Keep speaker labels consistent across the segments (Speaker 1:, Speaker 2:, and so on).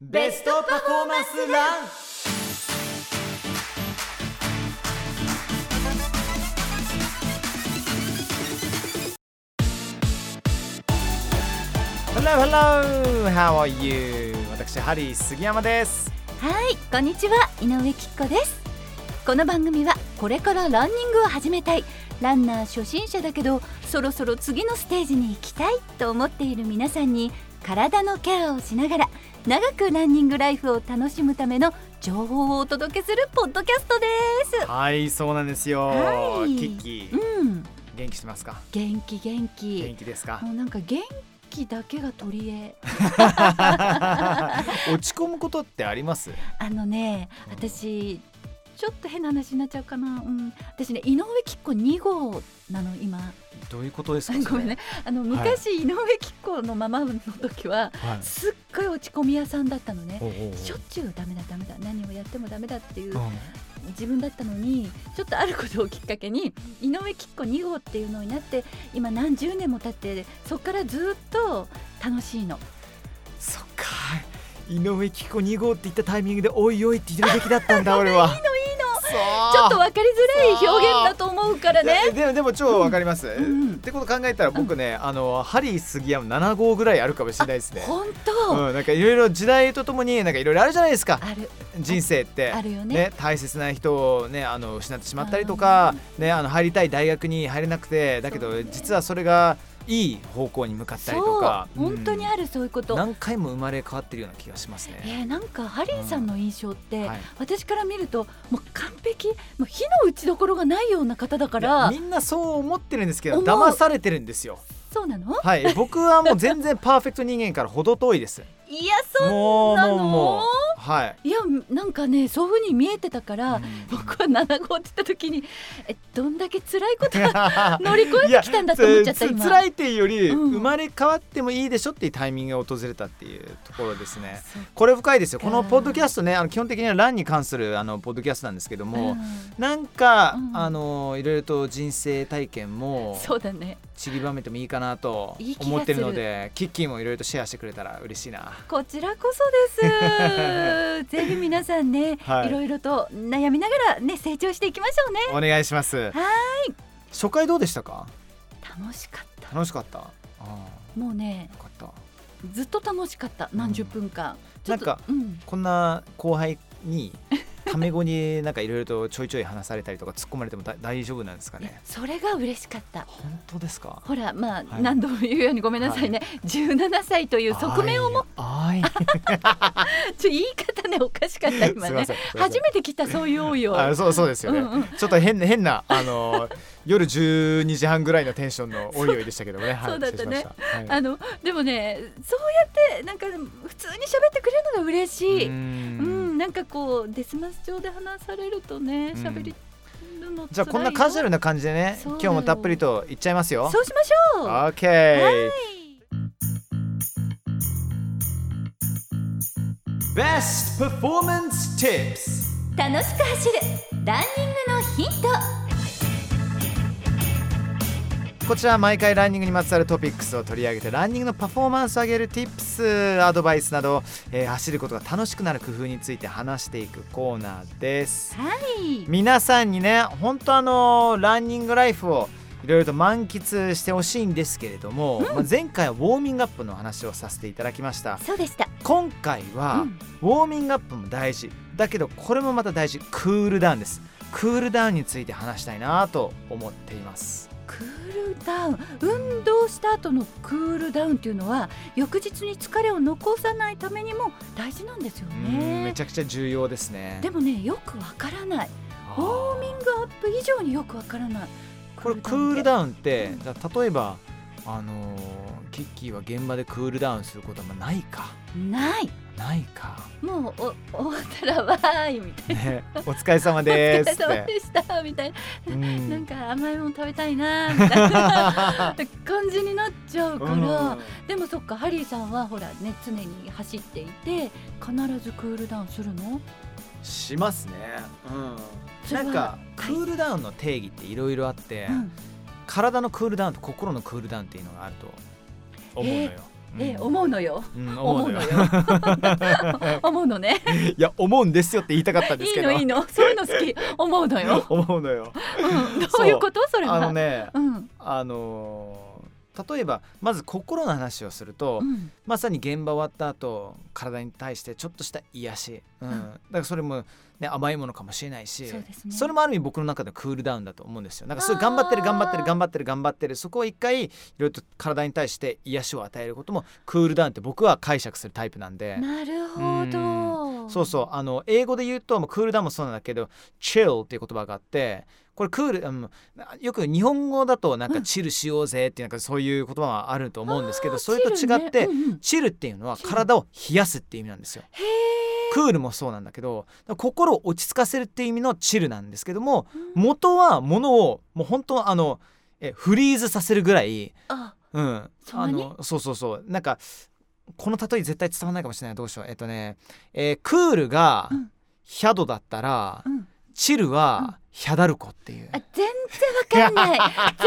Speaker 1: ベストパフォーマンスランハローハロー How are you? 私ハリー杉山です
Speaker 2: はいこんにちは井上きっこですこの番組はこれからランニングを始めたいランナー初心者だけどそろそろ次のステージに行きたいと思っている皆さんに体のケアをしながら長くランニングライフを楽しむための情報をお届けするポッドキャストです
Speaker 1: はいそうなんですよ、
Speaker 2: はい
Speaker 1: キッキー
Speaker 2: うん
Speaker 1: 元気してますか
Speaker 2: 元気元気
Speaker 1: 元気です か
Speaker 2: もうなんか元気だけが取り柄
Speaker 1: 落ち込むことってあります
Speaker 2: あのね
Speaker 1: うん
Speaker 2: 私ちょっと変な話になっちゃうかな、うん、私ね井上きっこ2号なの今
Speaker 1: どういうことですか
Speaker 2: ごめんね、あの
Speaker 1: はい
Speaker 2: 昔、井上貴子のままの時は
Speaker 1: それはい
Speaker 2: すっごい落ち込み屋さんだったのね
Speaker 1: おうおうおう
Speaker 2: しょっちゅうダメだダメだ何をやってもダメだっていう
Speaker 1: うん
Speaker 2: 自分だったのにちょっとあることをきっかけに井上貴子2号っていうのになって今何十年も経ってそこからずっと楽しいの
Speaker 1: そっか井上貴子2号って言ったタイミングでおいおいって言うべきだったん だ俺は。いいのいいの
Speaker 2: ちょっと分かりづらい表現だと思うからね。
Speaker 1: でもでも超わかります、
Speaker 2: んうん
Speaker 1: ってこと考えたら僕ね、あのハリー杉山7号ぐらいあるかもしれないですね。
Speaker 2: 本
Speaker 1: う
Speaker 2: 当、
Speaker 1: ん、なんかいろいろ時代とともになんかいろいろあるじゃないですか
Speaker 2: ある
Speaker 1: 人生って
Speaker 2: あるよね
Speaker 1: ね大切な人をねあの失ってしまったりとかねあの入りたい大学に入れなくてだけ
Speaker 2: そう
Speaker 1: ど
Speaker 2: ね
Speaker 1: 実はそれがいい方向に向かったりと
Speaker 2: そう
Speaker 1: か
Speaker 2: 本当に
Speaker 1: うん
Speaker 2: あるそういうこと。
Speaker 1: 何回も生まれ変わってるような気がしますね。
Speaker 2: えー、なんかハリーさんの印象って、
Speaker 1: はい
Speaker 2: 私から見るともう完璧もう火の打ちどころがないような方だか
Speaker 1: いや
Speaker 2: ら
Speaker 1: みんなそう思ってるんですけど
Speaker 2: 思う
Speaker 1: 騙されてるんですよ
Speaker 2: そうなの
Speaker 1: はい僕はもう全然パーフェクト人間から程遠いです
Speaker 2: いやそう
Speaker 1: もう
Speaker 2: なの
Speaker 1: もうもう はい、
Speaker 2: いやなんかねそういうふうに見えてたから、僕は7号って言った時にえどんだけ辛いことが乗り越えてきたんだと思っちゃった
Speaker 1: いやつ
Speaker 2: 今
Speaker 1: 辛いっていうより、
Speaker 2: うん
Speaker 1: 生まれ変わってもいいでしょっていうタイミングが訪れたっていうところですね
Speaker 2: そう
Speaker 1: これ深いですよ
Speaker 2: そっ
Speaker 1: こ
Speaker 2: か
Speaker 1: のポッドキャストねあの基本的にはランに関するあのポッドキャストなんですけども、
Speaker 2: う
Speaker 1: なんか、
Speaker 2: うん
Speaker 1: あのいろいろと人生体験
Speaker 2: ん
Speaker 1: も
Speaker 2: そうだね
Speaker 1: ちりばめてもいいかなと
Speaker 2: いい気がする
Speaker 1: 思ってるのでキッキーもいろいろとシェアしてくれたら嬉しいな
Speaker 2: こちらこそです ぜひ皆さんね、
Speaker 1: はい
Speaker 2: いろいろと悩みながらね成長していきましょうね
Speaker 1: お願いします
Speaker 2: は
Speaker 1: 初回どうでしたか
Speaker 2: 楽しかった
Speaker 1: 楽しかったああ
Speaker 2: もうね
Speaker 1: よかった
Speaker 2: ずっと楽しかった
Speaker 1: ん
Speaker 2: 何十分間、ちょっと
Speaker 1: なんか
Speaker 2: うん、
Speaker 1: こんな後輩 にタメ語になんかいろいろとちょいちょい話されたりとか突っ込まれても大大丈夫なんですか
Speaker 2: いや
Speaker 1: ね
Speaker 2: それが嬉しかった
Speaker 1: 本当ですか
Speaker 2: ほらまあ、
Speaker 1: はい
Speaker 2: 何度も言うようにごめんなさいね、17歳という側面をも
Speaker 1: あい
Speaker 2: ちょ言い方ねおかしかった今
Speaker 1: すいま
Speaker 2: ね
Speaker 1: せん
Speaker 2: 初めて来たそういう応用
Speaker 1: あそうそうですよね、
Speaker 2: うんうん
Speaker 1: ちょっと変な変なあの夜12時半ぐらいのテンションのおいおいでしたけどもねはい
Speaker 2: そうだったね
Speaker 1: 失礼しましたはい
Speaker 2: あのでもねそうやってなんか普通に喋ってくれるのが嬉しい、
Speaker 1: うー
Speaker 2: うん
Speaker 1: ん
Speaker 2: なんかこうデスマス上で話されるとね
Speaker 1: うん
Speaker 2: 喋りるの
Speaker 1: じゃあこんなカジュア
Speaker 2: ル
Speaker 1: ルな感じでね
Speaker 2: そう
Speaker 1: 今
Speaker 2: よ
Speaker 1: 日もたっぷりといっちゃいますよ
Speaker 2: そうしましょう
Speaker 1: OK
Speaker 2: はい
Speaker 1: ベストパフォーマンス Tips
Speaker 2: 楽しく走るランニングのヒント
Speaker 1: こちらは毎回ランニングにまつわるトピックスを取り上げてランニングのパフォーマンスを上げる Tips アドバイスなど、えー走ることが楽しくなる工夫について話していくコーナーです
Speaker 2: はい
Speaker 1: 皆さんにね本当あのーランニングライフをいろいろと満喫してほしいんですけれども、まあ前回はウォーミングアップの話をさせていただきました
Speaker 2: そうでした、
Speaker 1: 今回は、
Speaker 2: うん
Speaker 1: ウォーミングアップも大事だけどこれもまた大事クールダウンですクールダウンについて話したいなと思っています
Speaker 2: クールダウン運動した後のクールダウンっていうのは翌日に疲れを残さないためにも大事なんですよ
Speaker 1: うんめ
Speaker 2: ね
Speaker 1: ちゃくちゃ重要ですね
Speaker 2: でもねよくわからないウ
Speaker 1: あ
Speaker 2: ォーミングアップ以上によくわからない
Speaker 1: ーこれクールダウンって
Speaker 2: うん
Speaker 1: じゃあ例えばあのーキッキーは現場でクールダウンすることもないか
Speaker 2: ウンない
Speaker 1: ないか、
Speaker 2: もうお終わったらわーいみたい
Speaker 1: ね、お疲れ様
Speaker 2: な
Speaker 1: で
Speaker 2: お
Speaker 1: すっ
Speaker 2: 疲れ様
Speaker 1: て
Speaker 2: でしたみたいな、
Speaker 1: う
Speaker 2: なん
Speaker 1: ん
Speaker 2: か甘いもの食べたいなみ たいな感じになっちゃうから、でもそっかハリーさんはほらね常に走っていて必ずクールダウンするの
Speaker 1: しますね、
Speaker 2: それ
Speaker 1: な
Speaker 2: は
Speaker 1: んか
Speaker 2: は
Speaker 1: ク
Speaker 2: い
Speaker 1: ールダウンの定義っていろいろあって、
Speaker 2: うん
Speaker 1: 体のクールダウンと心のクールダウンっていうのがあると思うのよ、
Speaker 2: ええ
Speaker 1: うん
Speaker 2: 思うのよ
Speaker 1: うん思
Speaker 2: 思
Speaker 1: う
Speaker 2: う
Speaker 1: の
Speaker 2: の
Speaker 1: よ
Speaker 2: よ 思うのね
Speaker 1: いや思うんですよって言いたかったんです
Speaker 2: いい
Speaker 1: けど
Speaker 2: のいいのそういうの好き思うのよ、
Speaker 1: 思うのよ
Speaker 2: うん、ど
Speaker 1: そうう
Speaker 2: いうことそれは
Speaker 1: あのね
Speaker 2: うん
Speaker 1: あのー例えばまず心の話をすると、
Speaker 2: うん
Speaker 1: まさに現場終わった後体に対してちょっとした癒し、うん
Speaker 2: うん
Speaker 1: だからそれも、ね、甘いものかもしれないし
Speaker 2: そうですね
Speaker 1: それもある意味僕の中でクールダウンだと思うんですよなんかすごい
Speaker 2: あー
Speaker 1: 頑張ってる頑張ってる頑張ってる頑張ってるそこを一回いろいろと体に対して癒しを与えることもクールダウンって僕は解釈するタイプなんで。
Speaker 2: なるほど
Speaker 1: そうそうあの英語で言うともうクールダウンもそうなんだけど「chill」っていう言葉があってこれクール、うん、よく日本語だとなんか「チルしようぜ」っていうなんかそういう言葉はあると思うんですけどそれと違って
Speaker 2: チルねうんうん
Speaker 1: チルっていうのは
Speaker 2: チル
Speaker 1: 体を冷やすっていう意味なんですよ。
Speaker 2: へ
Speaker 1: クールもそうなんだけど心を落ち着かせるっていう意味のチルなんですけども
Speaker 2: ーうん
Speaker 1: 元はものをもう本当はあのえフリーズさせるぐらい、
Speaker 2: あ
Speaker 1: うん、
Speaker 2: そ
Speaker 1: あ
Speaker 2: んなに
Speaker 1: のそうそうそうなんかこの例え絶対伝わらないかもしれないどうしようえっとね、えークールが
Speaker 2: うん
Speaker 1: ヒャドだったら、
Speaker 2: うん
Speaker 1: チルはヒャダルコっていう。
Speaker 2: あ全然わかんない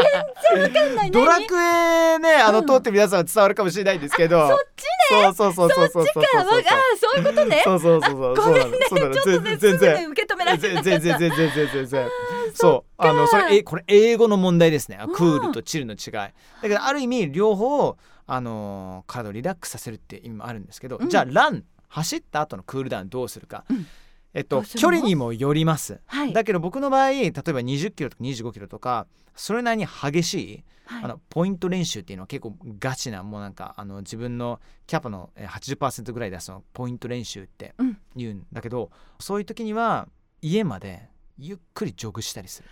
Speaker 2: 全然わかんない
Speaker 1: ドラ
Speaker 2: 何
Speaker 1: クエねあの
Speaker 2: うん
Speaker 1: 通って皆さんは伝わるかもしれないんですけど、
Speaker 2: そっち
Speaker 1: そうそうそうそうそうそう
Speaker 2: か
Speaker 1: そう
Speaker 2: わあそういうことね
Speaker 1: そうそうそうそう。
Speaker 2: ごめんね
Speaker 1: そうなの
Speaker 2: ち
Speaker 1: そう
Speaker 2: ょ
Speaker 1: な
Speaker 2: っと
Speaker 1: の全
Speaker 2: ねすぐ
Speaker 1: 全
Speaker 2: ね
Speaker 1: 然。
Speaker 2: 受け止められてな
Speaker 1: 全
Speaker 2: か
Speaker 1: 然
Speaker 2: った
Speaker 1: 全然全然全然そうあのそれえこれ英語の問題ですねあ
Speaker 2: うん
Speaker 1: クールとチルの違いだけどある意味両方あのー体をリラックスさせるっていう意味もあるんですけど、
Speaker 2: うん
Speaker 1: じゃあラン走った後のクールダウンどうするか、
Speaker 2: うん
Speaker 1: えっ
Speaker 2: ど
Speaker 1: と
Speaker 2: うする
Speaker 1: 距
Speaker 2: の
Speaker 1: 離にもよります、
Speaker 2: はい
Speaker 1: だけど僕の場合例えば20キロとか25キロとかそれなりに激しい
Speaker 2: はい
Speaker 1: あのポイント練習っていうのは結構ガチなもうなんかあの自分のキャパのえー80%ぐらい出すのポイント練習って
Speaker 2: うん
Speaker 1: 言うんだけど、そういう時には家までゆっくりジョグしたりする。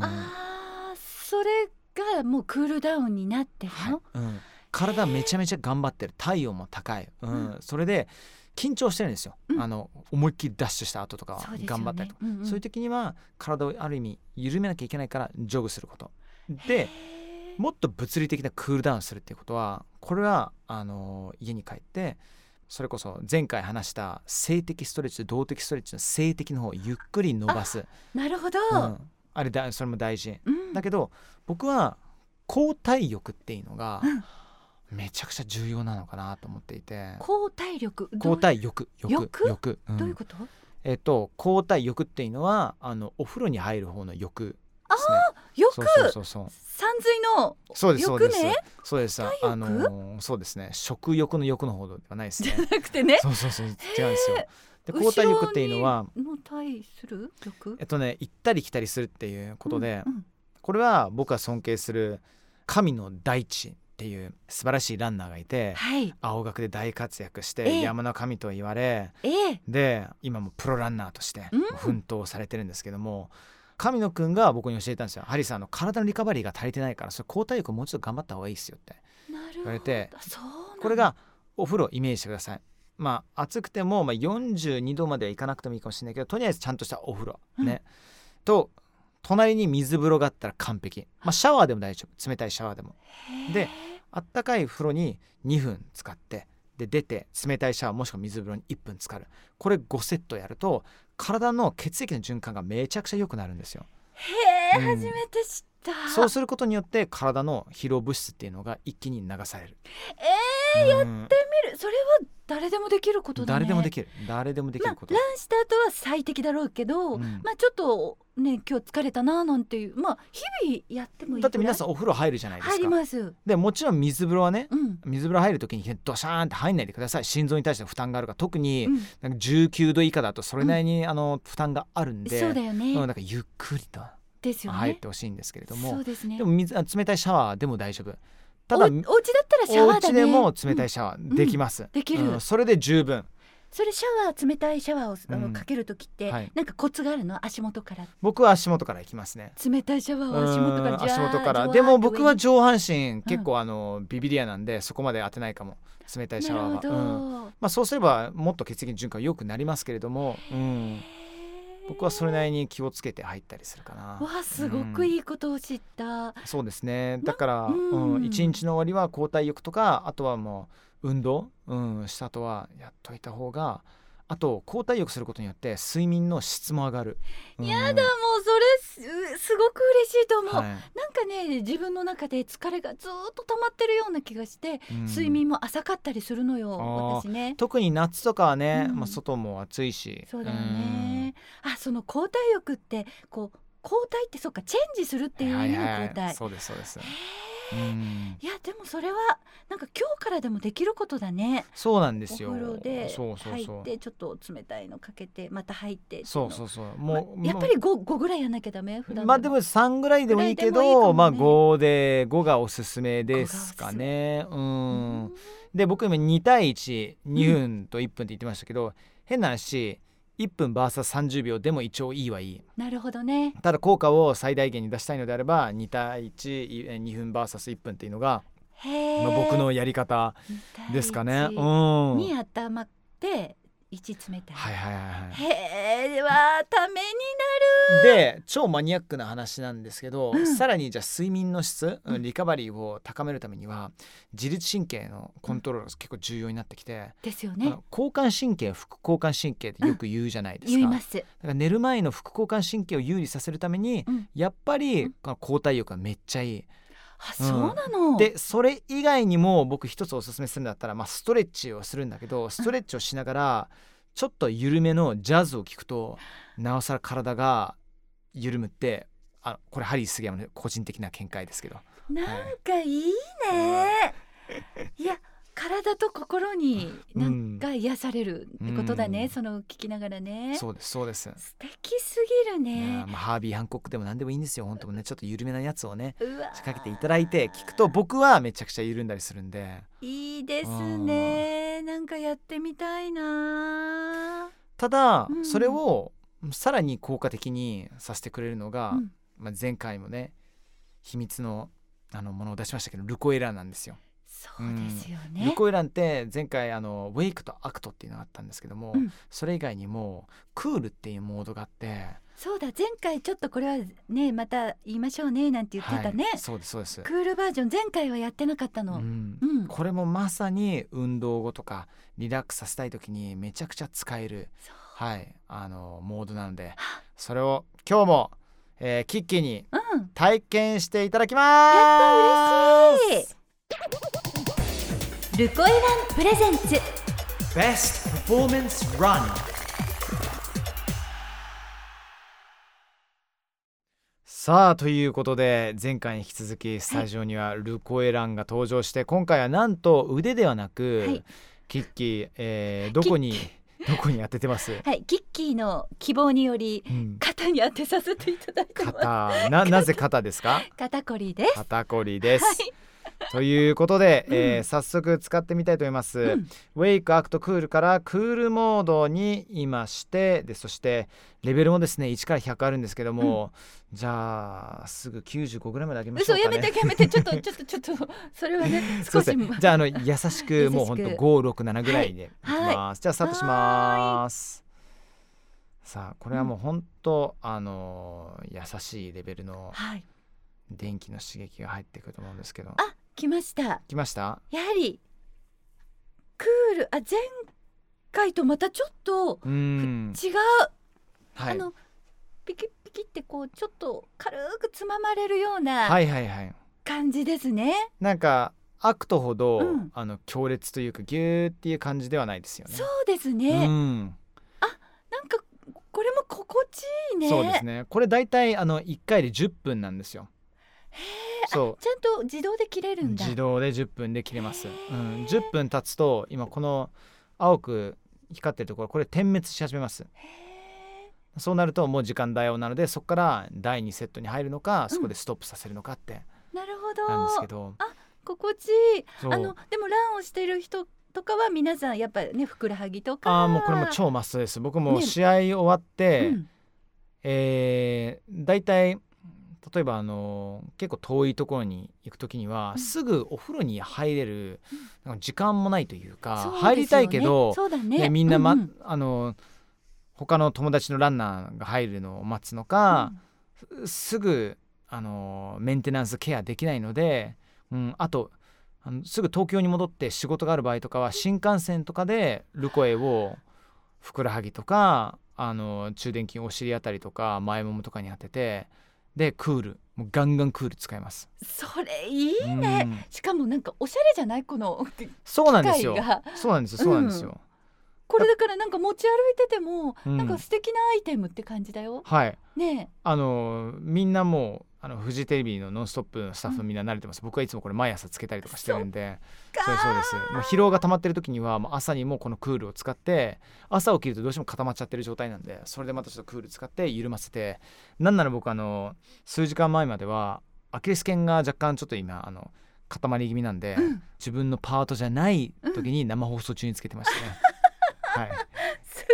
Speaker 1: うん
Speaker 2: あーそれがもうクールダウンになってる
Speaker 1: はい
Speaker 2: の、
Speaker 1: うん、体めちゃめちゃ頑張ってる体温も高い、うん
Speaker 2: う
Speaker 1: それで緊張してるんですよ、
Speaker 2: うん
Speaker 1: あの思いっきりダッシュした後とかは
Speaker 2: そうですよね
Speaker 1: 頑張ったりとか、
Speaker 2: うんうん
Speaker 1: そういう時には体をある意味緩めなきゃいけないからジョグすること。
Speaker 2: へ
Speaker 1: で
Speaker 2: ー
Speaker 1: もっと物理的なクールダウンするっていうことはこれはあの家に帰ってそれこそ前回話した性的ストレッチと動的ストレッチの性的の方をゆっくり伸ばす
Speaker 2: なるほど、
Speaker 1: あ,、うん、あれだそれも大事
Speaker 2: うん
Speaker 1: だけど僕は交代欲っていうのが
Speaker 2: うん
Speaker 1: めちゃくちゃ重要なのかなと思っていて
Speaker 2: 抗体力どう
Speaker 1: 交代欲欲
Speaker 2: 欲
Speaker 1: 欲、うん
Speaker 2: どういうこと、
Speaker 1: えっと交代欲っていうのはあのお風呂に入る方の欲ですね
Speaker 2: よ
Speaker 1: そ
Speaker 2: く
Speaker 1: うそうそうそう
Speaker 2: 山水の
Speaker 1: そうですそう
Speaker 2: 欲
Speaker 1: です、
Speaker 2: ね
Speaker 1: そうです
Speaker 2: 体
Speaker 1: あ
Speaker 2: 欲
Speaker 1: のーそうですね食欲の欲のほどではないですね
Speaker 2: じゃなくてね
Speaker 1: そうそうそう違うんですよで
Speaker 2: 後ろ
Speaker 1: 交代欲っていうのは
Speaker 2: にの対する欲
Speaker 1: えっとね行ったり来たりするっていうことで、
Speaker 2: うんうん
Speaker 1: これは僕が尊敬する神の大地っていう素晴らしいランナーがいて
Speaker 2: はい
Speaker 1: 青学で大活躍し
Speaker 2: え
Speaker 1: て
Speaker 2: え
Speaker 1: 山の神と言われ
Speaker 2: ええ
Speaker 1: で今もプロランナーとして
Speaker 2: うん
Speaker 1: 奮闘されてるんですけども、神野くんが僕に教えたんですよハリーさんあの体のリカバリーが足りてないからそれ交代欲もうちょっと頑張った方がいいですよって
Speaker 2: なる
Speaker 1: 言わ
Speaker 2: ほ
Speaker 1: れ
Speaker 2: ど
Speaker 1: て
Speaker 2: そうなんだ
Speaker 1: これがお風呂イメージしてください。まあ暑くても、まあ、42度まではいかなくてもいいかもしれないけどとりあえずちゃんとしたお風呂ね。と隣に水風呂があったら完璧、まあ、シャワーでも大丈夫冷たいシャワーでも。
Speaker 2: へー
Speaker 1: であったかい風呂に2分使ってで出て冷たいシャワーもしくは水風呂に1分浸かるこれ5セットやると体の血液の循環がめちゃくちゃ良くなるんですよ。
Speaker 2: へえ、
Speaker 1: うん
Speaker 2: 初めて知った
Speaker 1: そうすることによって体の疲労物質っていうのが一気に流される。
Speaker 2: え
Speaker 1: ー、やって
Speaker 2: 見るそれは誰でもできることだね
Speaker 1: 誰でもできる誰でもでき
Speaker 2: まあ
Speaker 1: ること
Speaker 2: ランした後は最適だろうけど、
Speaker 1: うん
Speaker 2: まあちょっとね今日疲れたななんていうまあ日々やってもいい
Speaker 1: だって皆さ
Speaker 2: ん
Speaker 1: んお風呂入るじゃないです
Speaker 2: 入り
Speaker 1: か。
Speaker 2: ます
Speaker 1: でもちろん水風呂はね
Speaker 2: うん、
Speaker 1: 水風呂入る時にドシャーンって入んないでください心臓に対して負担があるから特
Speaker 2: う
Speaker 1: に
Speaker 2: ん、
Speaker 1: なんか19度以下だとそれなりにあの負担があるんで、
Speaker 2: そうだよね、
Speaker 1: うんなんかゆっくりと
Speaker 2: ですよね
Speaker 1: 入ってほしいんですけれども、
Speaker 2: そうですね
Speaker 1: でも水あ冷たいシャワーでも大丈夫
Speaker 2: お
Speaker 1: ただ
Speaker 2: お家だったらシャ
Speaker 1: お
Speaker 2: ワーだ
Speaker 1: 家
Speaker 2: ね
Speaker 1: でも冷た
Speaker 2: う
Speaker 1: い
Speaker 2: ん
Speaker 1: シャワーできます、
Speaker 2: できる
Speaker 1: うんそれで十分
Speaker 2: それシャワー冷たいシャワーをあの
Speaker 1: うん
Speaker 2: かける時って、
Speaker 1: はい
Speaker 2: なんかコツがあるの足元から
Speaker 1: 僕は足元から行きますね
Speaker 2: 冷たいシャワーを足元か
Speaker 1: う
Speaker 2: ら
Speaker 1: ん
Speaker 2: じゃー
Speaker 1: 足元から
Speaker 2: じ
Speaker 1: で
Speaker 2: わー
Speaker 1: も
Speaker 2: っと
Speaker 1: 僕
Speaker 2: 上
Speaker 1: は
Speaker 2: に
Speaker 1: 上半身結構あのビビリアなんでそこまで当てないかも冷たいシャワ
Speaker 2: な
Speaker 1: ー
Speaker 2: るほ
Speaker 1: は、うん
Speaker 2: ど、
Speaker 1: まあ、そうすればもっと血液の循環良くなりますけれども、うん、
Speaker 2: へー
Speaker 1: 僕はそれなりに気をつけて入ったりするかな。
Speaker 2: わあすごくいいことを知った、
Speaker 1: そうですねだから、
Speaker 2: なうん
Speaker 1: うん、一日の終わりは交代浴とかあとはもう運動、うん、した後はやっといた方があと交代浴することによって睡眠の質も上がる、
Speaker 2: やだもうそれすすごく嬉しいと思う、
Speaker 1: は
Speaker 2: なんかね自分の中で疲れがずーっと溜まってるような気がして
Speaker 1: いうん
Speaker 2: 睡眠も浅かったりするのよ、
Speaker 1: あー
Speaker 2: 私ね
Speaker 1: 特に夏とかはね、
Speaker 2: うん
Speaker 1: まあ、外も暑いし
Speaker 2: そうだよね、あその交代浴ってこう交代ってそっかチェンジするっていう意味の交代、
Speaker 1: はいはい、そうですそうです、うん
Speaker 2: いやでもそれはなんか今日からでもできることだね
Speaker 1: そうなんで
Speaker 2: お
Speaker 1: す
Speaker 2: 風
Speaker 1: よ
Speaker 2: 呂で
Speaker 1: そうそう
Speaker 2: 入
Speaker 1: そ
Speaker 2: っ
Speaker 1: う
Speaker 2: てちょっと冷たいのかけてまた入って
Speaker 1: そうそううそう
Speaker 2: ま
Speaker 1: もう、
Speaker 2: やっぱり 5, 5ぐらいやんなきゃダメ普段
Speaker 1: まあでも3ぐらいでもいいけど
Speaker 2: ぐらいでもいいかもね
Speaker 1: まあ5で5がおすすめですかねう
Speaker 2: うんん
Speaker 1: で僕今2対12分と1分って言ってましたけど、変な話1分 vs30 秒でも一応いいはいい
Speaker 2: なるほどね
Speaker 1: ただ効果を最大限に出したいのであれば2対12分 vs1 分っていうのが、
Speaker 2: へ
Speaker 1: ま
Speaker 2: え、
Speaker 1: あ僕のやり方ですかね。うん、はい
Speaker 2: に頭って1冷たい、
Speaker 1: はいはいはい。
Speaker 2: へえはために
Speaker 1: で超マニアックな話なんですけど、
Speaker 2: うん
Speaker 1: さらにじゃあ睡眠の質、
Speaker 2: うん
Speaker 1: リカバリーを高めるためには自律神経のコントロールが結構重要になってきて、
Speaker 2: ですよ
Speaker 1: あ
Speaker 2: ね
Speaker 1: の交感神経副交感神経ってよく言うじゃないですか,、
Speaker 2: 言い
Speaker 1: だ
Speaker 2: ま
Speaker 1: か
Speaker 2: す
Speaker 1: ら寝る前の副交感神経を有利させるために、
Speaker 2: うん
Speaker 1: やっぱ
Speaker 2: う
Speaker 1: り
Speaker 2: ん
Speaker 1: この交代力がめっちゃいい、
Speaker 2: あそうなの、
Speaker 1: でそれ以外にも僕一つおすすめするんだったら、まあ、ストレッチをするんだけどストレッチをしながらちょっと緩めのジャズを聴くとなおさら体が緩むってあこれハリー杉山の個人的な見解ですけど
Speaker 2: なんかいいね、いや体と心になんか癒されるってことだね、
Speaker 1: うん
Speaker 2: その聞きながらね
Speaker 1: そうですそうです、
Speaker 2: 素敵すぎる
Speaker 1: いや
Speaker 2: ね
Speaker 1: まあ、ハービー・ハンコックでも何でもいいんですよ本当もねちょっと緩めなやつをね
Speaker 2: うわ
Speaker 1: 仕掛けていただいて聞くと僕はめちゃくちゃ緩んだりするんで
Speaker 2: いいですねなんかやってみたいな
Speaker 1: ただ
Speaker 2: うん
Speaker 1: それをさらに効果的にさせてくれるのが、
Speaker 2: うん
Speaker 1: まあ、前回もね秘密のあのものを出しましたけどルコエランなんですよ、
Speaker 2: そうですよ
Speaker 1: ル
Speaker 2: ね、
Speaker 1: コエランって前回あのウェイクとアクトっていうのがあったんですけども、
Speaker 2: うん
Speaker 1: それ以外にもクールっていうモードがあって
Speaker 2: そうだ前回ちょっとこれはねまた言いましょうねなんて言ってたね、
Speaker 1: はいそうですそうです
Speaker 2: ク、ールバージョン前回はやってなかった
Speaker 1: う
Speaker 2: の、
Speaker 1: ん
Speaker 2: うん
Speaker 1: これもまさに運動後とかリラックスさせたい時にめちゃくちゃ使える、
Speaker 2: そう
Speaker 1: はい、あのモードなのでそれを今日も、えーキッキーに
Speaker 2: うん
Speaker 1: 体験していただきます
Speaker 2: 嬉しいルコエランプレゼンツ
Speaker 1: Best Performance Run さあということで前回に引き続きスタジオにはルコエランが登場して、今回はなんと腕ではなく、
Speaker 2: はい
Speaker 1: キッキー、えーどこに
Speaker 2: キ
Speaker 1: どこに当ててます、
Speaker 2: はいキッキーの希望により
Speaker 1: うん、
Speaker 2: 肩に当てさせていただいてます
Speaker 1: 肩ななぜ肩ですか
Speaker 2: 肩こりです
Speaker 1: 肩こりです、
Speaker 2: はい
Speaker 1: ということで、
Speaker 2: うん
Speaker 1: えー早速使ってみたいと思います、
Speaker 2: うん
Speaker 1: ウェイクアクトクールからクールモードにいましてでそしてレベルもですね1から100あるんですけども、じゃあすぐ95ぐらいまで上げましょ
Speaker 2: 嘘
Speaker 1: う
Speaker 2: や
Speaker 1: か
Speaker 2: め
Speaker 1: ね
Speaker 2: てやめてちょっとちょっとちょっとそれはね
Speaker 1: そう
Speaker 2: 少
Speaker 1: です
Speaker 2: し
Speaker 1: ねじゃああの優し
Speaker 2: 優し
Speaker 1: く
Speaker 2: く
Speaker 1: もうほんと567ぐらいでいきます、
Speaker 2: はい
Speaker 1: じゃあスタートしますさあこれはもう本当、あのー優しいレベルの
Speaker 2: はい
Speaker 1: 電気の刺激が入ってくると思うんですけど
Speaker 2: あ来ました
Speaker 1: 来ました
Speaker 2: やはりクールあ前回とまたちょっと
Speaker 1: うーん
Speaker 2: 違う、
Speaker 1: は
Speaker 2: あ
Speaker 1: い
Speaker 2: のピキピキってこうちょっと軽くつままれるような
Speaker 1: はいはいはい
Speaker 2: 感じですね、
Speaker 1: なんかアクトほど、
Speaker 2: うん
Speaker 1: あの強烈というかギューっていう感じではないですよね。
Speaker 2: そうですね、
Speaker 1: うん
Speaker 2: なんかこれも心地いいね。
Speaker 1: そうですね。これだいたいあの一回で10分なんですよ。そ
Speaker 2: ちゃんと自動で切れ
Speaker 1: う
Speaker 2: るんだ。
Speaker 1: 自動で10分で切れます。
Speaker 2: へ
Speaker 1: う
Speaker 2: ー
Speaker 1: ん、10分経つと今この青く光ってるところこれ点滅し始めます。
Speaker 2: へ
Speaker 1: そうなるともう時間だよなのでそこから第2セットに入るのかそこでストップさせるのかって
Speaker 2: ーなるほ
Speaker 1: なんですけ
Speaker 2: ど。
Speaker 1: ど、
Speaker 2: 心地いい。
Speaker 1: そう
Speaker 2: あのでもランをしてる人とかは皆さんやっぱねふくらはぎとか。
Speaker 1: あーもうこれも超マストです僕も
Speaker 2: ね
Speaker 1: 試合終わって、
Speaker 2: うん
Speaker 1: えー、大体例えばあの結構遠いところに行く時には、
Speaker 2: うん
Speaker 1: すぐお風呂に入れる
Speaker 2: うん
Speaker 1: なんか時間もないというか
Speaker 2: そうですよね
Speaker 1: 入りたいけど、
Speaker 2: そうだ
Speaker 1: ね
Speaker 2: ね。
Speaker 1: みんな、ま
Speaker 2: ううん
Speaker 1: あの他の友達のランナーが入るのを待つの
Speaker 2: う
Speaker 1: か、
Speaker 2: ん
Speaker 1: すぐあのメンテナンスケアできないので、うん、あとあのすぐ東京に戻って仕事がある場合とかは新幹線とかでルコエをふくらはぎとかあの中殿筋お尻あたりとか前ももとかに当ててでクールもうガンガンクール使います
Speaker 2: それいい
Speaker 1: うん
Speaker 2: しかもなんかおしゃれじゃないこの
Speaker 1: そうなんですよ
Speaker 2: 機械が
Speaker 1: そうなんですよそうなんですよ、
Speaker 2: これだからなんか持ち歩いてても、
Speaker 1: うん
Speaker 2: なんか素敵なアイテムって感じだよ
Speaker 1: はい
Speaker 2: ね
Speaker 1: あのみんなもうあのフジテレビの「ノンストップ!」のスタッフみんな慣れてます、僕はいつもこれ毎朝つけたりとかしてるんで
Speaker 2: え
Speaker 1: そうですそうですもう疲労が溜まってる時にはもう朝にもうこのクールを使って朝起きるとどうしても固まっちゃってる状態なんでそれでまたちょっとクール使って緩ませてなんなら僕あの数時間前まではアキレス腱が若干ちょっと今あの固まり気味なんで、
Speaker 2: うん
Speaker 1: 自分のパートじゃない時に生放送中につけてましたね、 はい
Speaker 2: す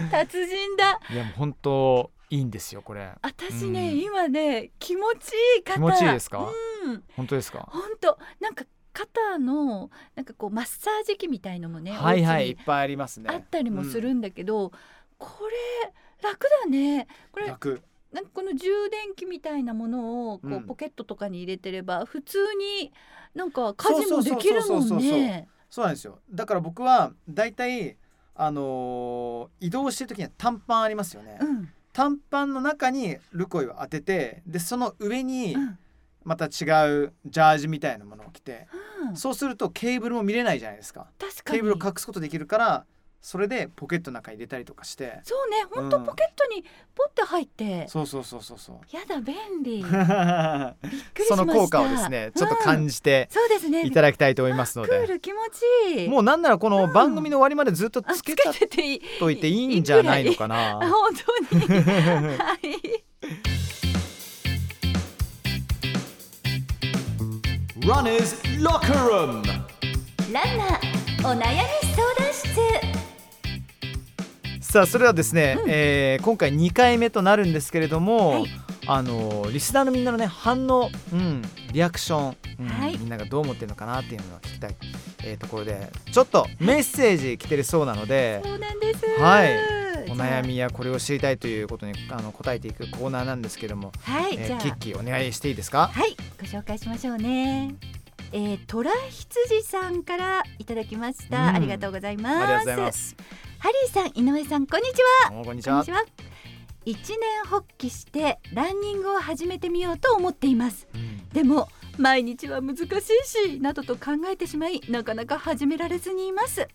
Speaker 2: ごい達人だ
Speaker 1: いやもう本当いいんですよこれ
Speaker 2: 私ね、
Speaker 1: うん
Speaker 2: 今ね気持ちいい肩
Speaker 1: 気持ちいいですか
Speaker 2: うん
Speaker 1: 本当ですか
Speaker 2: 本当なんか肩のなんかこうマッサージ機みたいのもね、
Speaker 1: はいは
Speaker 2: お
Speaker 1: いい
Speaker 2: 家
Speaker 1: っ
Speaker 2: に
Speaker 1: ぱいありますね
Speaker 2: あったりもす
Speaker 1: うん
Speaker 2: るんだけど、これ楽だねこれ
Speaker 1: 楽
Speaker 2: なんかこの充電器みたいなものをこ
Speaker 1: う
Speaker 2: うんポケットとかに入れてれば普通になんか家事もできる
Speaker 1: そう
Speaker 2: も
Speaker 1: そうそ
Speaker 2: ん
Speaker 1: うそう
Speaker 2: ね。
Speaker 1: そうなんですよだから僕はだいたいあのー移動してる時には短パンありますよね、
Speaker 2: うん
Speaker 1: 短パンの中にルコイを当ててでその上に
Speaker 2: うん
Speaker 1: また違うジャージみたいなものを着て、
Speaker 2: うん
Speaker 1: そうするとケーブルも見れないじゃないですか
Speaker 2: 確か
Speaker 1: ケ
Speaker 2: に
Speaker 1: ーブルを隠すことできるからそれでポケットの中に入れたりとかして
Speaker 2: そうね本当
Speaker 1: うん
Speaker 2: ポケットにポッて入って、
Speaker 1: そうそうそうそうそう
Speaker 2: やだ便利びっくり し
Speaker 1: そ
Speaker 2: ました
Speaker 1: の効果をですねちょっと感
Speaker 2: じ、
Speaker 1: じて
Speaker 2: そうですね
Speaker 1: いただきたいと思いますの
Speaker 2: クー
Speaker 1: で、
Speaker 2: ル気持ちいい
Speaker 1: もうなんならこの
Speaker 2: うん
Speaker 1: 番組の終わりまでずっと
Speaker 2: あ
Speaker 1: つけちゃっ
Speaker 2: つけてていい
Speaker 1: といていいんじゃないのかな
Speaker 2: あ本当に はい。
Speaker 1: Runners Locker Room
Speaker 2: ランナーお悩み相談室
Speaker 1: さあそれではですね、
Speaker 2: うん
Speaker 1: えー今回2回目となるんですけれども、
Speaker 2: はい
Speaker 1: あのーリスナーのみんなのね反応、うん、リアクション、うん
Speaker 2: はい
Speaker 1: みんながどう思ってるのかなっていうのを聞きたい、えーところでちょっとメッセージ来てるそうなので、
Speaker 2: そうなんです
Speaker 1: はい
Speaker 2: じゃあ
Speaker 1: お悩みやこれを知りたいということにあの答えていくコーナーなんですけども、
Speaker 2: はい
Speaker 1: え
Speaker 2: じゃ
Speaker 1: ー、
Speaker 2: あ
Speaker 1: キッキーお願いしていいですか
Speaker 2: はいご紹介しましょうねえー、トラヒツジさんからいただきました、
Speaker 1: うん
Speaker 2: ありがとうござい
Speaker 1: あ
Speaker 2: ま
Speaker 1: り
Speaker 2: す
Speaker 1: がとうございます
Speaker 2: ハリーさん井上さんこんにち
Speaker 1: おこんにち
Speaker 2: はこん
Speaker 1: は
Speaker 2: にちは一年発起してランニングを始めてみようと思っています
Speaker 1: うん
Speaker 2: でも毎日は難しいしなどと考えてしまいなかなか始められずにいます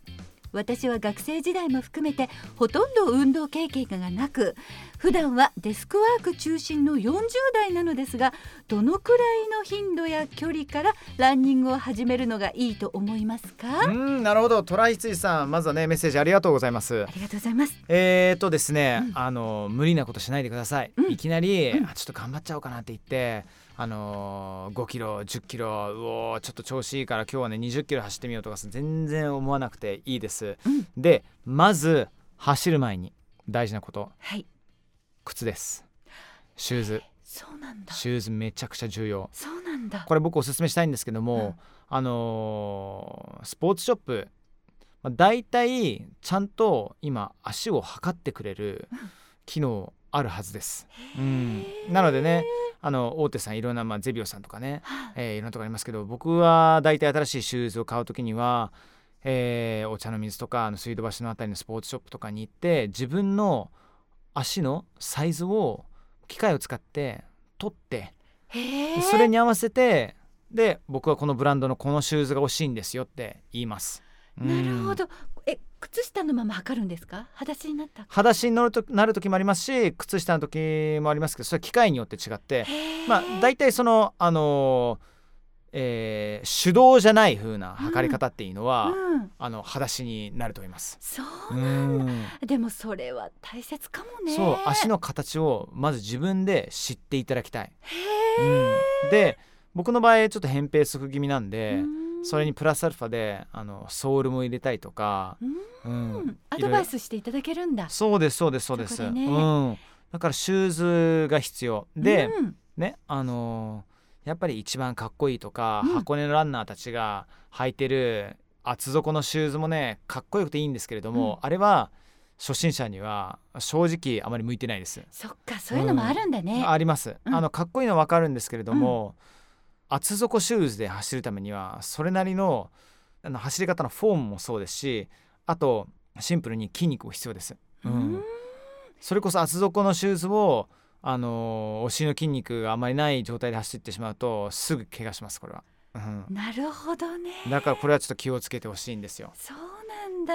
Speaker 2: 私は学生時代も含めてほとんど運動経験がなく普段はデスクワーク中心の40代なのですがどのくらいの頻度や距離からランニングを始めるのがいいと思いますか、あ
Speaker 1: うんなるほどトライツイさんまずはねメッセージありがとうございます
Speaker 2: りがとうございます
Speaker 1: えーとですね、
Speaker 2: うん
Speaker 1: あの無理なことしないでください、
Speaker 2: うん
Speaker 1: いきなり、
Speaker 2: うん
Speaker 1: あちょっと頑張っちゃおうかなって言ってあのー5キロ10キロうおーちょっと調子いいから今日はね20キロ走ってみようとか全然思わなくていいです、
Speaker 2: うん
Speaker 1: でまず走る前に大事なこと
Speaker 2: はい
Speaker 1: 靴ですシューズ
Speaker 2: そうなんだ
Speaker 1: シューズめちゃくちゃ重要
Speaker 2: そうなんだ
Speaker 1: これ僕おすすめしたいんですけども、あのースポーツショップ、まあ、大体ちゃんと今足を測ってくれる機能あるはずです。うん、なのでねあの大手さんいろんな、まあ、ゼビオさんとかね、
Speaker 2: は
Speaker 1: えーいろんなとこありますけど僕は大体新しいシューズを買う時には、えーお茶の水とかあの水道橋のあたりのスポーツショップとかに行って自分の足のサイズを機械を使って取って
Speaker 2: へ
Speaker 1: で
Speaker 2: え
Speaker 1: それに合わせてで僕はこのブランドのこのシューズが欲しいんですよって言います。うん
Speaker 2: なるほどえ靴下のまま測るんですか裸足になった
Speaker 1: 裸足に乗るとなる時もありますし靴下の時もありますけどそれは機械によって違って
Speaker 2: へー
Speaker 1: まあ大体そのあのーえー手動じゃない風な測り方っていうのは、
Speaker 2: うん、
Speaker 1: あの裸足になると思います。
Speaker 2: そう
Speaker 1: うん
Speaker 2: でもそれは大切かもね。
Speaker 1: そう足の形をまず自分で知っていただきたい。
Speaker 2: へ
Speaker 1: うんで僕の場合ちょっと扁平足気味なん
Speaker 2: え、
Speaker 1: で、
Speaker 2: うん
Speaker 1: それにプラスアルファであのソールも入れたりとか、うん
Speaker 2: うんア
Speaker 1: いろ
Speaker 2: ド
Speaker 1: いろ
Speaker 2: バイスしていただけるんだ。
Speaker 1: そうですそうですそうです
Speaker 2: そこでね
Speaker 1: うん、だからシューズが必要で、
Speaker 2: うん
Speaker 1: ねあのーやっぱり一番かっこいいとか、
Speaker 2: うん
Speaker 1: 箱根のランナーたちが履いてる厚底のシューズもねかっこよくていいんですけれども、あれは初心者には正直あまり向いてないです。
Speaker 2: そっかそういうのもあるんだね。
Speaker 1: あります、
Speaker 2: うん
Speaker 1: あのかっこいいのわかるんですけれども、厚底シューズで走るためにはそれなりのあの走り方のフォームもそうですしあとシンプルに筋肉も必要です、う
Speaker 2: うんん、
Speaker 1: それこそ厚底のシューズをあのーお尻の筋肉があんまりない状態で走ってしまうとすぐ怪我しますこれは、う
Speaker 2: なるほどね
Speaker 1: ん、だからこれはちょっと気をつけてほしいんですよ
Speaker 2: そうなん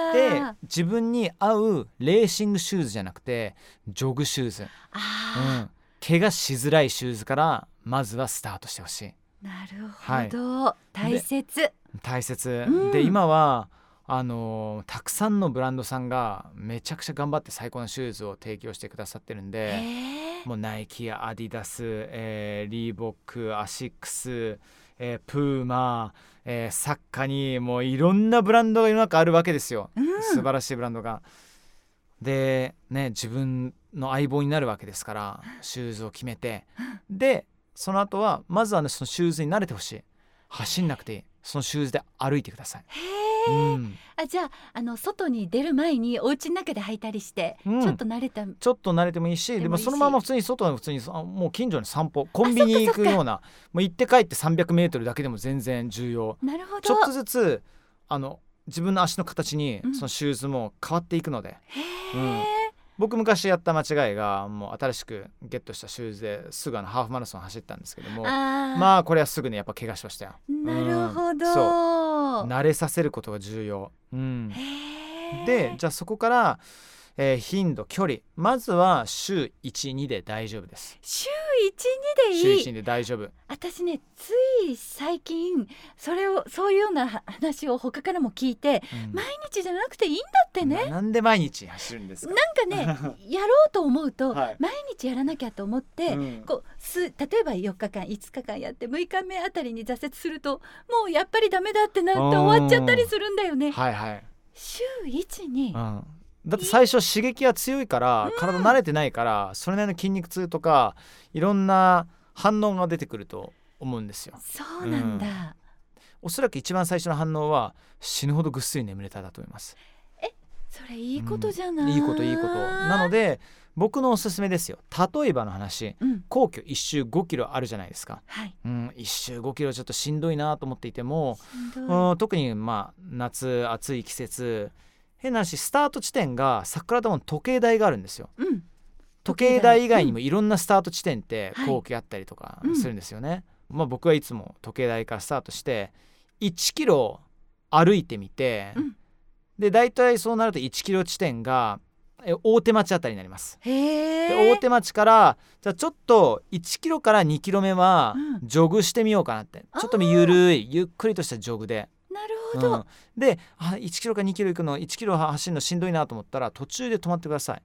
Speaker 2: だ
Speaker 1: で自分に合うレーシングシューズじゃなくてジョグシューズ、う
Speaker 2: あ
Speaker 1: ん、怪我しづらいシューズからまずはスタートしてほしい
Speaker 2: ー、なるほど、大切
Speaker 1: 大切、
Speaker 2: うん
Speaker 1: で今はあのーたくさんのブランドさんがめちゃくちゃ頑張って最高のシューズを提供してくださってるん
Speaker 2: へ
Speaker 1: で、
Speaker 2: え
Speaker 1: もうナイキやアディダス、えーリーボックアシックス、えープーマ、えーサッカにもういろんなブランドが世の中あるわけですよ、
Speaker 2: うん
Speaker 1: 素晴らしいブランドが。でね自分の相棒になるわけですからシューズを決めてでその後はまずはねそのシューズに慣れてほしい走んなくていいそのシューズで歩いてください。
Speaker 2: へえ、
Speaker 1: うん
Speaker 2: あじゃああの外に出る前にお家の中で履いたりして、
Speaker 1: うん
Speaker 2: ちょっと慣れたあ
Speaker 1: ちょっと慣れてもいいし
Speaker 2: でも
Speaker 1: でも
Speaker 2: いいし
Speaker 1: そのまま普通に外の普通にあもう近所に散歩コンビニ
Speaker 2: そ
Speaker 1: 行
Speaker 2: っかそっ
Speaker 1: く
Speaker 2: か
Speaker 1: ようなもう行って帰って 300m だけでも全然重要
Speaker 2: なるほど
Speaker 1: ちょっとずつあの自分の足の形に
Speaker 2: うん
Speaker 1: そのシューズも変わっていくので、
Speaker 2: へ
Speaker 1: う
Speaker 2: え、
Speaker 1: ん僕昔やった間違いがもう新しくゲットしたシューズですぐあのハーフマラソン走ったんですけども
Speaker 2: あー
Speaker 1: まあこれはすぐねやっぱ怪我しましたよ
Speaker 2: なるほど、
Speaker 1: うんそ
Speaker 2: そう
Speaker 1: 慣れさせることが重要、うん、
Speaker 2: へえ
Speaker 1: でじゃあそこから、えー頻度距離まずは週12で大丈夫です
Speaker 2: 週一
Speaker 1: 週
Speaker 2: 二でい
Speaker 1: 1
Speaker 2: い
Speaker 1: で大丈夫
Speaker 2: 私ねつい最近それをそういうような話を他からも聞いて
Speaker 1: うん
Speaker 2: 毎日じゃなくていいんだってね
Speaker 1: ななんで毎日走るんですか
Speaker 2: なん かねやろうと思うと、
Speaker 1: はい
Speaker 2: 毎日やらなきゃと思って、
Speaker 1: うん
Speaker 2: こうす例えば4日間5日間やって6日目あたりに挫折するともうやっぱりダメだってなって終わっちゃったりするんだよね。
Speaker 1: はいはい、
Speaker 2: 週1に
Speaker 1: うん、だって最初刺激が強いから体慣れてないからそれなりの筋肉痛とかいろんな反応が出てくると思うんですよ
Speaker 2: そうなんだ、
Speaker 1: おそらく一番最初の反応は死ぬほどぐっすり眠れただと思います
Speaker 2: それいいことじゃない、
Speaker 1: いいこといいことなので僕のおすすめですよ例えばの話
Speaker 2: うん
Speaker 1: 皇居一周5キロあるじゃないですか
Speaker 2: はい
Speaker 1: うん一周5キロちょっとしんどいなと思っていても、
Speaker 2: しんどい
Speaker 1: うん、特にまあ夏暑い季節変な話スタート地点が桜田門時計台があるんですよ
Speaker 2: うん
Speaker 1: 時計台以外にもいろんなスタート地点って
Speaker 2: はい
Speaker 1: 皇居あったりとか
Speaker 2: うん
Speaker 1: するんですよね、まあ僕はいつも時計台からスタートして1キロ歩いてみて、
Speaker 2: うん
Speaker 1: で大体そうなると1キロ地点がえ大手町あたりになります
Speaker 2: へ
Speaker 1: で
Speaker 2: え
Speaker 1: 大手町からじゃあちょっと1キロから2キロ目は
Speaker 2: うん
Speaker 1: ジョグしてみようかなって、
Speaker 2: あー
Speaker 1: ちょっとゆるいゆっくりとしたジョグで、
Speaker 2: なる
Speaker 1: う
Speaker 2: ほど、
Speaker 1: んであ1キロか2キロ行くの1キロ走るのしんどいなと思ったら途中で止まってください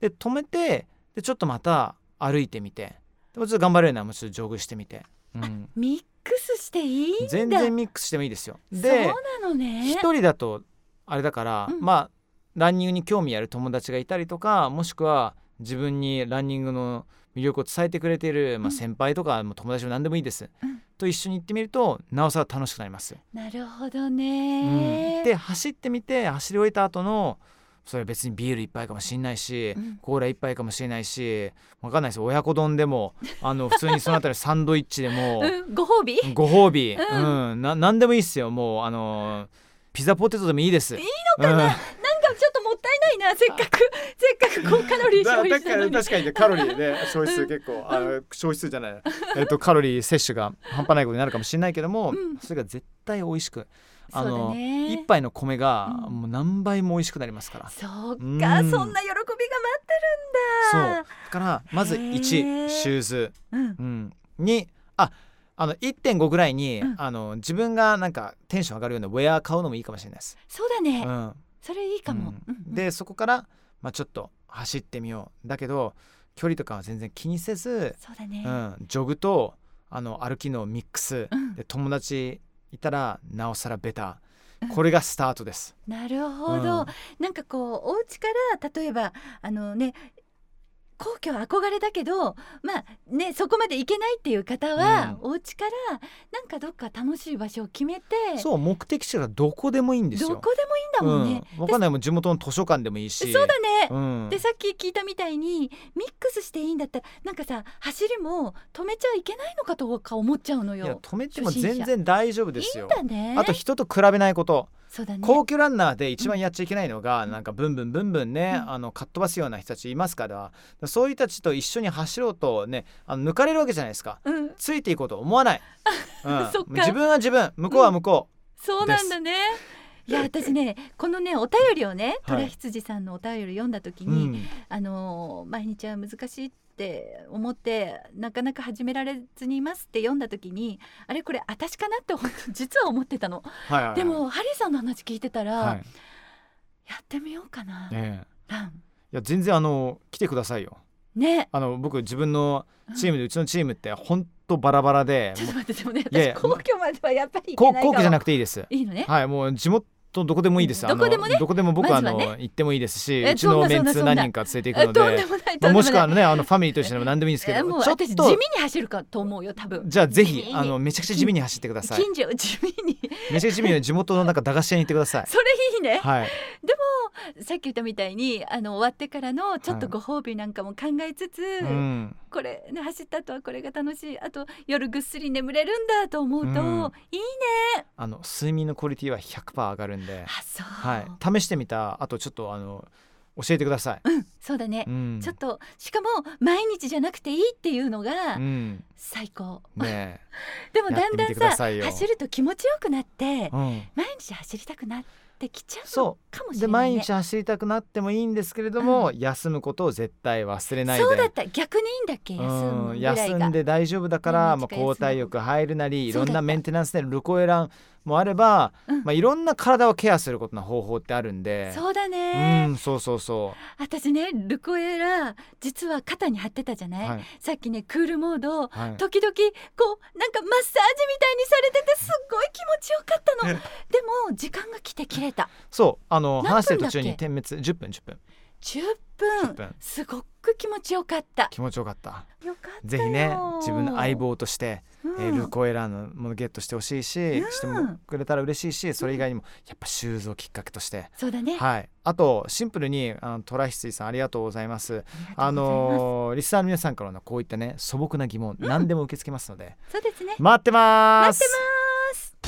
Speaker 1: で止めてでちょっとまた歩いてみてでもうちょっと頑張れるならもうちょっとジョグしてみて、うん、
Speaker 2: ミックスしていいんだ
Speaker 1: 全然ミックスしてもいいですよ
Speaker 2: そ
Speaker 1: で
Speaker 2: うなのね
Speaker 1: 一人だとあれだから、
Speaker 2: うん
Speaker 1: まあランニングに興味ある友達がいたりとかもしくは自分にランニングの魅力を伝えてくれている、ま
Speaker 2: う
Speaker 1: あ、
Speaker 2: ん
Speaker 1: 先輩とか、もう友達も何でもいいです、
Speaker 2: うん
Speaker 1: と一緒に行ってみるとなおさら楽しくなります、
Speaker 2: なるほど
Speaker 1: う
Speaker 2: ね
Speaker 1: ん、で走ってみて走り終えた後のそれは別にビール一杯かもしれないし、
Speaker 2: うん
Speaker 1: コーラ一杯かもしれないしわかんないですよ親子丼でもあの普通にそのあたりサンドイッチでも、
Speaker 2: うん、ご褒美いい
Speaker 1: ご褒美、う
Speaker 2: うん
Speaker 1: んな何でもいいっすよもうあのーピザポテトでもいいです。いいのかな、
Speaker 2: なんかちょっともったいないなせっかく せっかく高カロリー消費したのに
Speaker 1: かにねカロリーね消
Speaker 2: 数
Speaker 1: 結構、あの消費数じゃない、えっとカロリー摂取が半端ないことになるかもしれないけども、
Speaker 2: うん
Speaker 1: それが絶対美味しくあ
Speaker 2: そうだ
Speaker 1: の
Speaker 2: ね
Speaker 1: 一、杯の米が
Speaker 2: うん
Speaker 1: もう何倍も美味しくなりますから。
Speaker 2: そ
Speaker 1: う
Speaker 2: うか、
Speaker 1: ん
Speaker 2: そんな喜びが待って
Speaker 1: そ
Speaker 2: る
Speaker 1: うん
Speaker 2: だ
Speaker 1: だからまず
Speaker 2: へー
Speaker 1: 1シューズ、
Speaker 2: そう、うん、
Speaker 1: うん、2ああの1.5ぐらいに、
Speaker 2: うん
Speaker 1: あの自分がなんかテンション上がるようなウェア買うのもいいかもしれないです。
Speaker 2: そうだね、
Speaker 1: うん
Speaker 2: それいいかも、
Speaker 1: う
Speaker 2: うんんうん、
Speaker 1: でそこから、まあ、ちょっと走ってみようだけど距離とかは全然気にせず、
Speaker 2: そうだね、
Speaker 1: うん、ジョグとあの歩きのミックス
Speaker 2: うん
Speaker 1: で友達いたらなおさらベタ
Speaker 2: うん
Speaker 1: ーこれがスタートです。
Speaker 2: なるほど、
Speaker 1: うん
Speaker 2: なんかこうお家から例えばあのね皇居憧れだけどまあねそこまで行けないっていう方は、お家からなんかどっか楽しい場所を決めて
Speaker 1: そう目的地がどこでもいいんです
Speaker 2: ど
Speaker 1: よ。
Speaker 2: こでもいいんだもんね、
Speaker 1: うん、わかんないもん地元の図書館でもいいし
Speaker 2: そうだね、
Speaker 1: うん、
Speaker 2: でさっき聞いたみたいにミックスしていいんだったらなんかさ走りも止めちゃいけないのかとか思っちゃうの
Speaker 1: いや
Speaker 2: よ。
Speaker 1: 止めても
Speaker 2: 初心者
Speaker 1: 全然大丈夫
Speaker 2: い
Speaker 1: で
Speaker 2: い
Speaker 1: すよ
Speaker 2: ん。だね。
Speaker 1: あと人と比べないこと
Speaker 2: そうだね
Speaker 1: 高級ランナーで一番やっちゃいけないのが、なんかブンブンブンブンね、あのかっ飛ばすような人たちいますからそういう人たちと一緒に走ろうとねあの抜かれるわけじゃないですか
Speaker 2: うん
Speaker 1: ついていこうと思わ ない、うん
Speaker 2: そっか
Speaker 1: 自分は自分向こうは向こ
Speaker 2: そうなんだね いや私ねこのねお便りをね
Speaker 1: はい
Speaker 2: 虎羊さんのお便り読んだ時
Speaker 1: う、う
Speaker 2: に、
Speaker 1: ん
Speaker 2: あのー毎日は難しいって思ってなかなか始められずにいますって読んだ時にあれこれ私かなって 本当実は思ってたの
Speaker 1: はいはいはい
Speaker 2: で、もハリーさんの話聞いてたら、
Speaker 1: はい
Speaker 2: やってみようかな、
Speaker 1: ええ
Speaker 2: ラン
Speaker 1: いや全然あの来てくださいよ
Speaker 2: ね
Speaker 1: あの僕自分のチームで、うちのチームって本当バラバラで
Speaker 2: ちょっと待ってでもね
Speaker 1: いやいや
Speaker 2: 私皇居まではやっぱり
Speaker 1: こう
Speaker 2: 行けないか
Speaker 1: 皇居じゃな
Speaker 2: く
Speaker 1: くていいです
Speaker 2: いいのね
Speaker 1: はいもう地元どこでもいいですあの
Speaker 2: どこでもね
Speaker 1: どこでも僕はあの、
Speaker 2: まず
Speaker 1: 行ってもいいですし
Speaker 2: え
Speaker 1: うちのメンツ
Speaker 2: そんなそんな
Speaker 1: 何人か連れて
Speaker 2: え
Speaker 1: 行く
Speaker 2: と
Speaker 1: の
Speaker 2: んでもない
Speaker 1: でま
Speaker 2: と
Speaker 1: あ
Speaker 2: んでも
Speaker 1: も
Speaker 2: な
Speaker 1: し
Speaker 2: い
Speaker 1: くはあのねあのファミリーとしてでも何でもいいですけ
Speaker 2: え
Speaker 1: ど
Speaker 2: もう
Speaker 1: ちょっ
Speaker 2: 私地味
Speaker 1: と
Speaker 2: に走るかと思うよ多分
Speaker 1: じゃあぜ
Speaker 2: 地味
Speaker 1: ひ
Speaker 2: に
Speaker 1: あのめちゃくちゃ地味に走ってください
Speaker 2: 近所を地味に
Speaker 1: めちゃくちゃ地味に地元のなんか駄菓子屋に行ってください
Speaker 2: それいいね、
Speaker 1: はい
Speaker 2: さっき言ったみたいにあの終わってからのちょっと
Speaker 1: はい
Speaker 2: ご褒美なんかも考えつつ、
Speaker 1: うん
Speaker 2: これ、ね、走った後はこれが楽しいあと夜ぐっすり眠れるんだと思うと、
Speaker 1: うん
Speaker 2: いいね
Speaker 1: あの睡眠のクオリティは100%上がるんで
Speaker 2: あそう、
Speaker 1: はい試してみたあとちょっとあの教えてください
Speaker 2: そうだね、
Speaker 1: うん
Speaker 2: ちょっとしかも毎日じゃなくていいっていうのが
Speaker 1: うん
Speaker 2: 最高、
Speaker 1: ね
Speaker 2: でもだんだ
Speaker 1: やってみて
Speaker 2: ん
Speaker 1: くだ
Speaker 2: さ
Speaker 1: さいよ
Speaker 2: 走ると気持ちよくなって、
Speaker 1: え うん
Speaker 2: 毎日走りたくなってきちゃうの
Speaker 1: そ
Speaker 2: かもし
Speaker 1: で
Speaker 2: れない、
Speaker 1: 毎
Speaker 2: ね、
Speaker 1: 日走りたくなってもいいんですけれども、休むことを絶対忘れないで
Speaker 2: そうだった逆にいいんだっけ休む
Speaker 1: うん
Speaker 2: ぐらいが、
Speaker 1: 休んで大丈夫だから、
Speaker 2: 何
Speaker 1: ま
Speaker 2: 日
Speaker 1: あ、
Speaker 2: か休む
Speaker 1: 交代浴入るなりい
Speaker 2: そ
Speaker 1: ろ
Speaker 2: うだった
Speaker 1: んなメンテナンスでルコエランもあれば、
Speaker 2: うん
Speaker 1: まあ、いろんな体をケアすることの方法ってあるんで
Speaker 2: そうだ
Speaker 1: う
Speaker 2: ね、
Speaker 1: んそうそうそ
Speaker 2: 私ねルコエラ実は肩に貼ってたじゃ
Speaker 1: う
Speaker 2: ない、
Speaker 1: はい
Speaker 2: さっきねクールモードを
Speaker 1: はい
Speaker 2: 時々こうなんかマッサージみたいにされててすっごい気持ちよかったのでも時間が来て切れた
Speaker 1: そうあの
Speaker 2: 何分だっ
Speaker 1: 話して
Speaker 2: け
Speaker 1: る途中に点滅10分10分
Speaker 2: 10分
Speaker 1: 10分
Speaker 2: すごく気持ちよかった
Speaker 1: 気持ちよかった
Speaker 2: よかったよ
Speaker 1: ぜひね自分の相、棒として、
Speaker 2: うん
Speaker 1: えールコエランもゲットしてほしいし、
Speaker 2: うん
Speaker 1: してもくれたら嬉しいしそれ以外にもやっぱシューズをきっかけとして
Speaker 2: そうだね、
Speaker 1: はい、あとシンプルにあのトラヒスイさんありがとうございます。あ
Speaker 2: ありがとうございます
Speaker 1: のーリスナーの皆さんからのこういったね素朴な疑問、何でも受け付けますので
Speaker 2: そうですね
Speaker 1: 待ってま
Speaker 2: 待っ
Speaker 1: す。
Speaker 2: て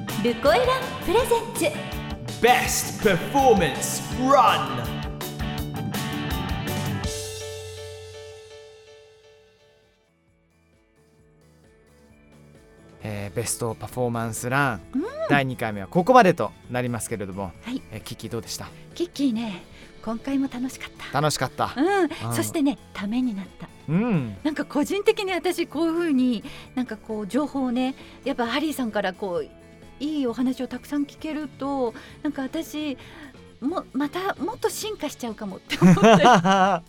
Speaker 2: ますルコエランプレゼンツ
Speaker 1: Best performance run。えーベストパフォーマンスラン、第2回目はここまでとなりますけれども、
Speaker 2: はい
Speaker 1: えーキッキーどうでした
Speaker 2: キッキーね今回も楽しかった
Speaker 1: 楽しかった、
Speaker 2: うん、
Speaker 1: うん
Speaker 2: そしてねためになった
Speaker 1: うん、
Speaker 2: なんか個人的に私こういうふうになんかこう情報をねやっぱハリーさんからこういいお話をたくさん聞けるとなんか私もまたもっと進化しちゃうかもって 思ってあ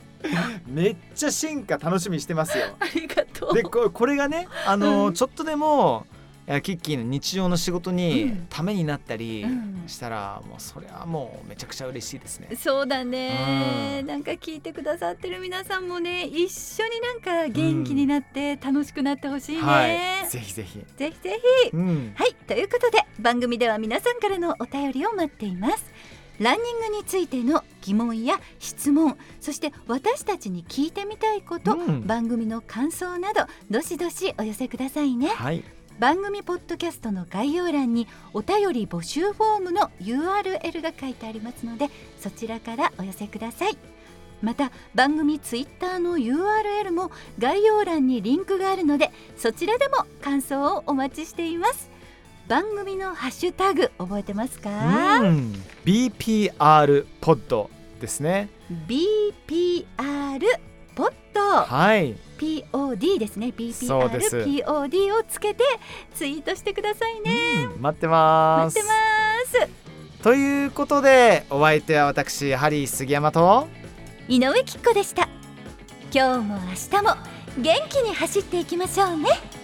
Speaker 1: めっちゃ進化楽しみにしてますよ。
Speaker 2: りがとう
Speaker 1: でここれがね、あのー
Speaker 2: うん
Speaker 1: ちょっとでもいやキッキーの日常の仕事
Speaker 2: う
Speaker 1: に
Speaker 2: ん
Speaker 1: ためになったり
Speaker 2: うん
Speaker 1: したら、もうそれはもうめちゃくちゃ嬉しいですね。
Speaker 2: そうだね、
Speaker 1: うん
Speaker 2: なんか聞いてくださってる皆さんもね一緒になんか元気になって楽しくなってほしいね、
Speaker 1: はい、ぜひぜひ。
Speaker 2: ぜひぜひ
Speaker 1: うん、
Speaker 2: はい、ということで番組では皆さんからのお便りを待っています。ランニングについての疑問や質問、そして私たちに聞いてみたいこと、
Speaker 1: うん
Speaker 2: 番組の感想などどしどしお寄せくださいね。
Speaker 1: はい、
Speaker 2: 番組ポッドキャストの概要欄にお便り募集フォームの URL が書いてありますのでそちらからお寄せくださいまた番組ツイッターの URL も概要欄にリンクがあるのでそちらでも感想をお待ちしています番組のハッシュタグ覚えてますか、
Speaker 1: うん BPR ポッドですね。
Speaker 2: BPR ポッド
Speaker 1: はい、
Speaker 2: POD ですね
Speaker 1: そうです
Speaker 2: BPR POD をつけてツイートしてくださいね
Speaker 1: うん待ってま
Speaker 2: 待
Speaker 1: す
Speaker 2: ってます
Speaker 1: ということでお相手は私ハリー杉山と
Speaker 2: 井上きっ子でした今日も明日も元気に走っていきましょうね